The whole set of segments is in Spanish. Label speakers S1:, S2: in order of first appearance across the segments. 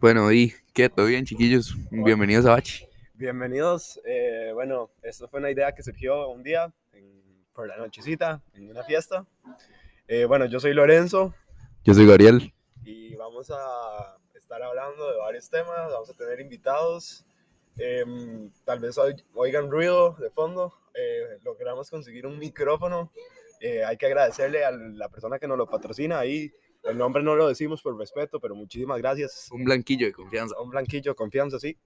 S1: Bueno, y qué, todo bien, chiquillos. Bienvenidos a Bachi.
S2: Bienvenidos. eh, bueno, esto fue una idea que surgió un día, en- por la nochecita, en una fiesta. Eh, bueno, yo soy Lorenzo
S1: Yo soy Gabriel.
S2: y vamos a estar hablando de varios temas, vamos a tener invitados. Em, tal vez oy- oigan ruido de fondo, eh, logramos conseguir un micrófono. Eh, hay que agradecerle a la persona que nos lo patrocina ahí. El nombre no lo decimos por respeto, pero muchísimas gracias
S1: Un blanquillo de confianza.
S2: pues, a un blanquillo, confianza, sí.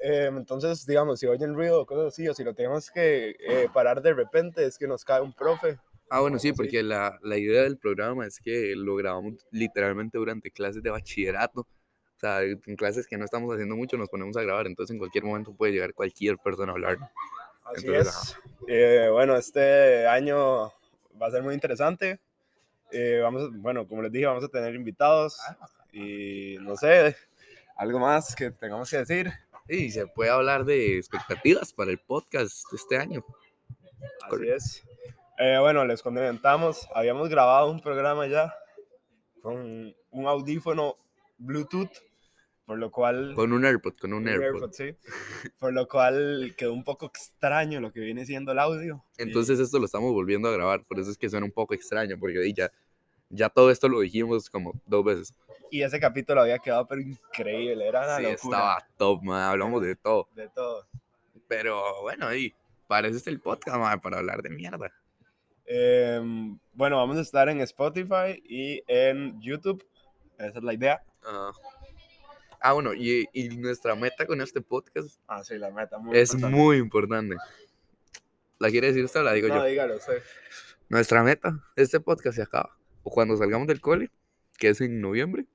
S2: Em, entonces, digamos, si oyen ruido o cosas así, o si lo tenemos que eh, parar de repente, es que nos cae un profe.
S1: Ah, bueno, sí,
S2: Algo así.
S1: porque la, la idea del programa es que lo grabamos literalmente durante clases de bachillerato. O sea, en clases que no estamos haciendo mucho nos ponemos a grabar, entonces en cualquier momento puede llegar cualquier persona a hablar.
S2: Así
S1: Entonces,
S2: es. Eh, bueno, este año va a ser muy interesante. Eh, vamos, a- bueno, como les dije, vamos a tener invitados y no sé, algo más que tengamos que decir.
S1: Y se puede hablar de expectativas para el podcast de este año.
S2: Así es. Eh, bueno, les comentamos, habíamos grabado un programa ya con un audífono Bluetooth, por lo cual
S1: Con un AirPod, con un
S2: Un
S1: AirPod.
S2: AirPod, sí. Por lo cual quedó un poco extraño lo que viene siendo el audio. Y
S1: Entonces esto lo estamos volviendo a grabar, por eso es que suena un poco extraño, porque ahí ya, ya todo esto lo dijimos como dos veces.
S2: Y, ese capítulo había quedado pero increíble, era una
S1: Sí,
S2: locura.
S1: estaba top, man, hablamos de todo.
S2: De todo.
S1: Pero bueno, ahí parece este el podcast man, para hablar de mierda.
S2: Em, bueno, vamos a estar en Spotify y en YouTube. Esa es la idea.
S1: Ah. Ah, bueno, y, y nuestra meta con este podcast
S2: Ah, sí, la meta. Muy
S1: es
S2: importante.
S1: muy importante. ¿La quiere decir usted o la digo
S2: No, eh.
S1: yo?
S2: dígalo usted.
S1: Nuestra meta, este podcast se acaba. O cuando salgamos del cole, que es en noviembre,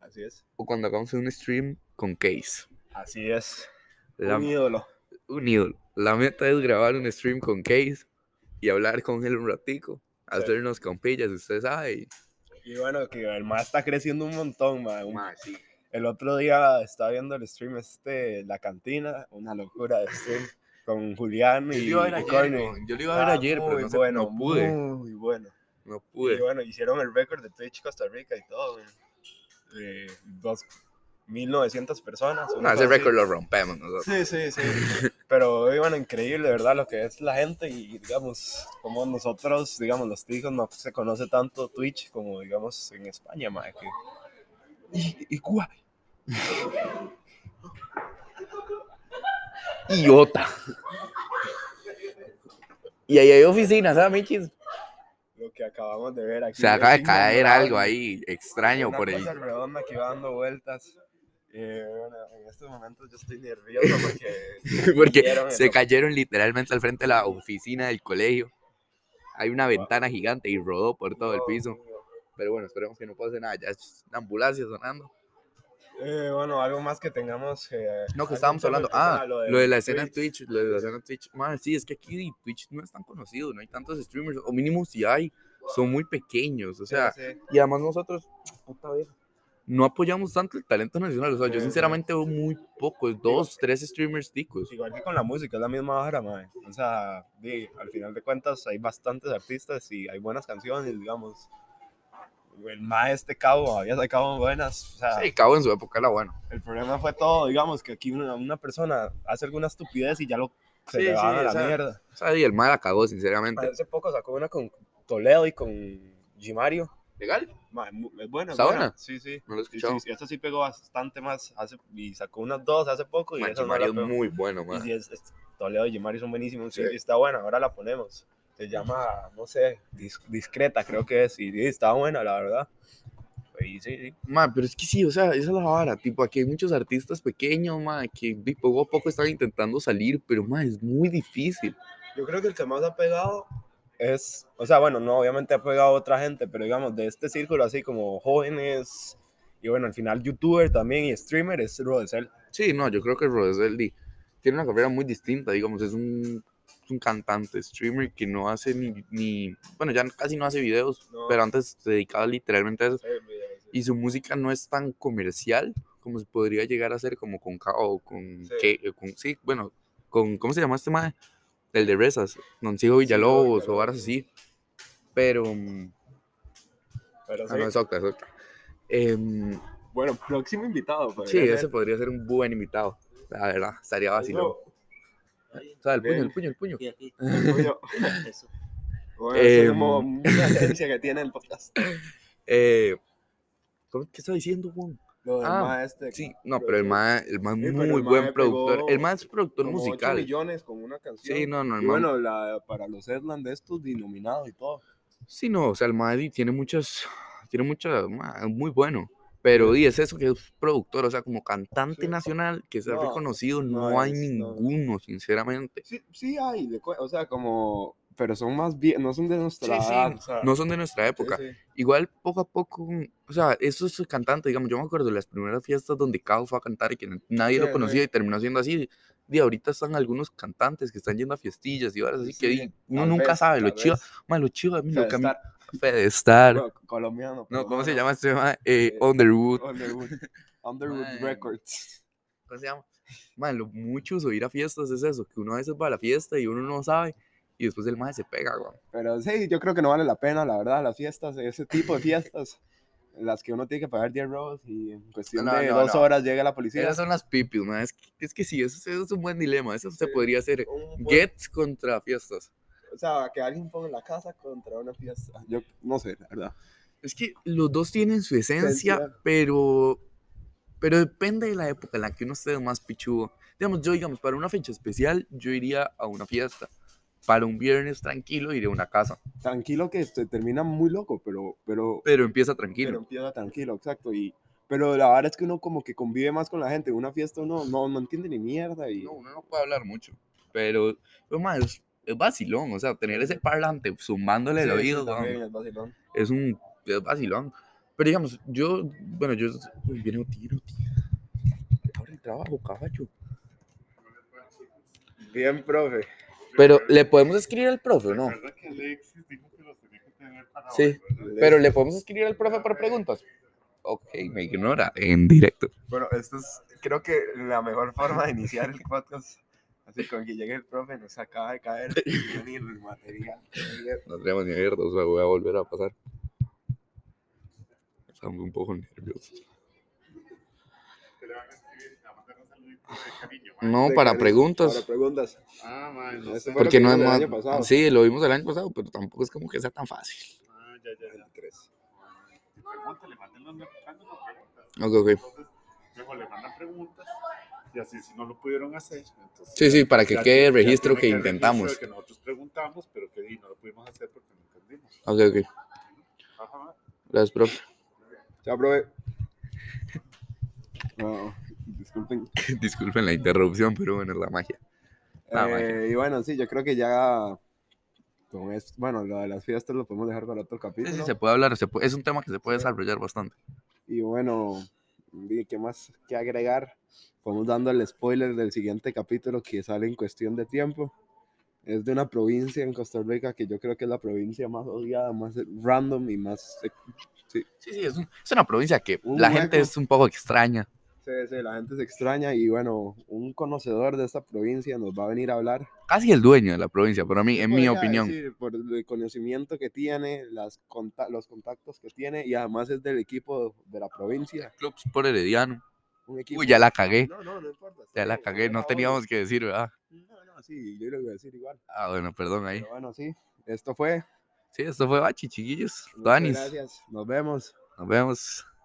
S2: Así es.
S1: o cuando hagamos un stream con Case.
S2: Así es.
S1: La,
S2: Un ídolo.
S1: un ídolo. La meta es grabar un stream con Case y hablar con él un ratico,
S2: Sí.
S1: hacernos compillas, usted sabe. y-
S2: Y bueno, que el más está creciendo un montón, ma, un-
S1: Ma, sí.
S2: El otro día estaba viendo el stream este, La Cantina, una locura de stream, con Julián y,
S1: Yo lo iba a ver
S2: y
S1: ayer, Ah,
S2: Corny.
S1: weón, yo lo iba a ver
S2: Estaba
S1: ayer, pero
S2: Ah, muy
S1: no, se-
S2: bueno,
S1: no pude.
S2: Muy bueno.
S1: No
S2: Y
S1: pude.
S2: bueno, hicieron el récord de Twitch Costa Rica y todo, güey. Eh, dos- 1900 personas.
S1: No,
S2: una
S1: Ah, ese
S2: cosa así.
S1: récord lo rompemos nosotros.
S2: Sí, sí, sí. Pero, eh, bueno, increíble, de ¿verdad? Lo que es la gente y, digamos, como nosotros, digamos, los ticos, no se conoce tanto Twitch como, digamos, en España, más que...
S1: Y, y Cuba. Idiota. Y ahí hay oficinas, ¿sabes, Michis?
S2: Lo que acabamos de ver aquí.
S1: Se acaba de
S2: es
S1: caer algo
S2: innombrable.
S1: ahí extraño
S2: una
S1: por el.
S2: cosa redonda que va dando vueltas. Eh, bueno, en estos momentos yo estoy nervioso porque,
S1: Porque
S2: cayeron en
S1: se
S2: lo-
S1: cayeron literalmente al frente de la oficina del colegio. Hay una ventana gigante y rodó por todo el
S2: Dios
S1: piso.
S2: mío.
S1: Pero bueno, esperemos que no pase nada. Ya es la ambulancia sonando.
S2: Eh, bueno, algo más que tengamos que.
S1: No, que
S2: algo
S1: estábamos
S2: sobre
S1: hablando.
S2: el tema,
S1: Ah, lo de la escena en
S2: Twitch.
S1: Twitch. Lo de la escena en Twitch. Madre, sí, es que aquí Twitch no es tan conocido. No hay tantos streamers. O mínimo si hay. Son muy pequeños. O
S2: Sí,
S1: sea,
S2: sí.
S1: y además nosotros puta vieja, no apoyamos tanto el talento nacional. O sea,
S2: Sí,
S1: yo
S2: sí.
S1: sinceramente veo muy pocos. Dos, tres streamers ticos.
S2: pues Igual que con la música, es la misma vara, mae. O sea, di, al final de cuentas hay bastantes artistas y hay buenas canciones, digamos. El mae este cabo había sacado buenas. O sea,
S1: Sí, cabo en su época era bueno.
S2: el problema fue todo, digamos, que aquí una, una persona hace alguna estupidez y ya lo se
S1: Sí,
S2: le va
S1: sí,
S2: a la
S1: o sea,
S2: mierda.
S1: O sea, y el mal la cagó, sinceramente.
S2: Hace poco sacó una con Toledo y con Gimario.
S1: ¿Legal?
S2: Ma, es mu- es buena, es
S1: ¿Está
S2: buena.
S1: buena?
S2: Sí, sí.
S1: No lo he
S2: Sí,
S1: escuchado.
S2: sí, esta sí pegó bastante más hace, y sacó unas dos hace poco y
S1: Man,
S2: esa no
S1: Mario
S2: la
S1: es
S2: pegó.
S1: muy bueno,
S2: Y
S1: man.
S2: sí, es- es- Toledo y Gimario son buenísimos. Sí,
S1: Sí.
S2: sí, está buena, ahora la ponemos. Se llama, no sé, dis- discreta creo que es. Y sí, está buena, la verdad. Y sí, sí.
S1: Ma, pero es que sí, o sea, esa es la vara, tipo, aquí hay muchos artistas pequeños, ma, que de poco a poco están intentando salir, pero, ma, es muy difícil.
S2: Yo creo que el que más ha pegado es, o sea, bueno, no, obviamente ha pegado a otra gente, pero digamos, de este círculo así como jóvenes y bueno, al final youtuber también y streamer es Rodesel.
S1: Sí, no, yo creo que Rodesel di- tiene una carrera muy distinta, digamos, es un, es un cantante, streamer que no hace ni, ni- bueno, ya casi no hace videos,
S2: No. eh,
S1: pero antes se dedicaba literalmente a eso, y su música no es tan comercial como se podría llegar a ser como con Kao, o con,
S2: Sí.
S1: Ke- eh, con, sí, bueno, con, ¿cómo se llama este mae? El de Rezas, Doncigo Villalobos o
S2: Villalobos,
S1: varas así,
S2: sí.
S1: pero... mm,
S2: Pero
S1: Ah, no,
S2: sí,
S1: es Octa, es Octa. Em,
S2: Bueno, próximo invitado. pues. podría
S1: Sí,
S2: ser.
S1: ese podría ser un buen invitado. La verdad, estaría vacilón.
S2: Eso,
S1: O sea, el puño,
S2: Ven.
S1: el puño, el puño.
S3: Y aquí,
S2: coño.
S3: eso.
S2: Bueno, eso es
S1: Em.
S2: como una esencia que tiene el podcast.
S1: Eh, ¿cómo- ¿Qué está diciendo, Juan?
S2: Lo del
S1: Ah,
S2: ma este,
S1: Sí, no, pero el más el más
S2: Sí, pero
S1: muy
S2: el mae
S1: buen productor.
S2: pegó
S1: El más es productor
S2: como ocho
S1: musical.
S2: millones con una canción.
S1: Sí, no, no, el
S2: Y
S1: mae-
S2: bueno, la, para los Headland de estos, denominado y todo.
S1: Sí, no, o sea, el Madrid tiene muchas, tiene muchas, ma, es muy bueno. Pero y es eso que es productor, o sea, como cantante
S2: Sí.
S1: nacional que sea
S2: No,
S1: reconocido, no,
S2: no
S1: hay
S2: es, no.
S1: ninguno, sinceramente.
S2: Sí, sí hay, de cue- o sea, como, pero son más bien, no son de nuestra
S1: Sí, sí,
S2: edad, o sea,
S1: No son de nuestra época.
S2: sí, sí.
S1: Igual poco a poco, o sea, eso es cantante, digamos, yo me acuerdo de las primeras fiestas donde Cao fue a cantar y que n- nadie
S2: Sí,
S1: lo
S2: sí.
S1: conocía y terminó siendo así. Y ahorita están algunos cantantes que están yendo a fiestillas y varas así que
S2: Sí,
S1: di, uno
S2: tal
S1: nunca
S2: vez,
S1: sabe, lo
S2: tal
S1: chiva,
S2: vez.
S1: ma, lo chiva, a mí lo
S2: Fede
S1: que a mí-
S2: Star,
S1: Fede Star.
S2: bueno, colombiano.
S1: No,
S2: pero
S1: ¿cómo se
S2: bueno,
S1: llama este tema? Eh,
S2: eh,
S1: Underwood.
S2: Underwood, Underwood
S1: Mae.
S2: Records.
S1: ¿Cómo se llama? Man, lo mucho de ir a fiestas es eso, que uno a veces va a la fiesta y uno no sabe y después el mae se pega, güey.
S2: Pero sí, yo creo que no vale la pena, la verdad, las fiestas, ese tipo de fiestas, en las que uno tiene que pagar 10 robos y en cuestión
S1: No,
S2: de
S1: no,
S2: dos
S1: no.
S2: horas llega la policía.
S1: Esas son las pipis, man. Es que, es que sí, eso, es- eso es un buen dilema. Eso se
S2: Sí.
S1: podría hacer.
S2: Un buen-
S1: Gets contra fiestas.
S2: O sea, que alguien ponga la casa contra una fiesta. Yo no sé, la verdad.
S1: Es que los dos tienen su esencia,
S2: Esencia.
S1: pero, pero depende de la época en la que uno esté más pichudo. Digamos, yo, digamos, para una fecha especial, yo iría a una fiesta. Para un viernes tranquilo, iré a una casa.
S2: Tranquilo que se termina muy loco, pero, pero,
S1: Pero empieza
S2: pero
S1: tranquilo.
S2: empieza tranquilo, exacto. Y, pero la verdad es que uno como que convive más con la gente. En una fiesta uno no, no entiende ni mierda. Y,
S1: No, uno no puede hablar mucho. Pero, pero más, es, es vacilón. O sea, tener ese parlante zumbándole el
S2: Sí, sí,
S1: oído, weón,
S2: también es vacilón.
S1: es un es vacilón. Pero digamos, yo, bueno, yo. Uy, viene un tiro, tío. Abre el trabajo, caballo.
S2: Bien, profe.
S1: Pero, ¿le podemos escribir al profe o no?
S4: Recuerda que Alexis dijo que los tenía que tener para
S1: Sí,
S4: hoy, ¿verdad?
S1: Pero, ¿le podemos escribir al profe para preguntas? Ok, me ignora en directo.
S2: Bueno, esto es, creo que la mejor forma de iniciar el podcast. Así con que llegue el profe, nos acaba de caer ni el material.
S1: No tenemos ni abierto, o sea, voy a volver a pasar. Estamos un poco nerviosos.
S4: Te le van a escribir, te va a mandar un saludito de cariño, mae.
S1: No, para preguntas.
S2: Ahora Este, preguntas.
S4: Ah, mae, no
S2: Este fue
S4: sé.
S2: lo
S1: Porque
S2: que
S1: no es
S2: vimos el
S1: más.
S2: año pasado.
S1: Sí, lo vimos el año pasado, pero tampoco es como que sea tan fácil.
S4: Ah, ya, ya, ya. Pregúntale, mándenlo preguntando no preguntas.
S1: Ok, ok.
S4: Entonces, luego le mandan preguntas y así si no lo pudieron hacer. Entonces,
S1: Sí, sí, para que
S4: ya
S1: quede
S4: tiene- ya
S1: registro
S4: tiene
S1: que
S4: el registro de
S1: intentamos.
S4: que nosotros preguntamos, pero que di, no lo pudimos hacer porque no entendimos.
S1: Ok, ok.
S4: Ajá.
S1: Gracias, profe.
S2: Chao, profe. No, disculpen.
S1: Disculpen la interrupción, pero bueno, es la magia. Ah, vaya.
S2: Eh, y bueno, sí, yo creo que ya con esto, bueno, lo de las fiestas lo podemos dejar para otro
S1: Sí,
S2: capítulo.
S1: sí, se puede hablar. se puede- es un tema que se puede desarrollar bastante.
S2: Y bueno, di, ¿qué más que agregar? Vamos dando el spoiler del siguiente capítulo que sale en cuestión de tiempo. Es de una provincia en Costa Rica que yo creo que es la provincia más odiada, más random y más...
S1: Sí, sí, es, un- es una provincia que
S2: Un
S1: la gente
S2: hueco.
S1: es un poco extraña.
S2: Sí, sí, la gente se extraña y bueno, un conocedor de esta provincia nos va a venir a hablar.
S1: Casi el dueño de la provincia, para mí, en mi
S2: Podría
S1: opinión.
S2: decir, por el conocimiento que tiene, las conta- los contactos que tiene y además es del equipo de la provincia.
S1: Clubs por Herediano.
S2: Un equipo...
S1: Uy, ya la cagué.
S2: No, no, no importa. está
S1: Ya la
S2: bien,
S1: cagué. No
S2: ahora
S1: teníamos que decir, ¿verdad?
S2: vamos. No, no, sí, yo lo iba a decir igual.
S1: Ah, bueno, perdón ahí.
S2: Pero bueno, sí, esto fue.
S1: Sí, esto fue Bachi, chiquillos.
S2: Muchas
S1: Danis.
S2: Gracias. Nos vemos.
S1: Nos vemos.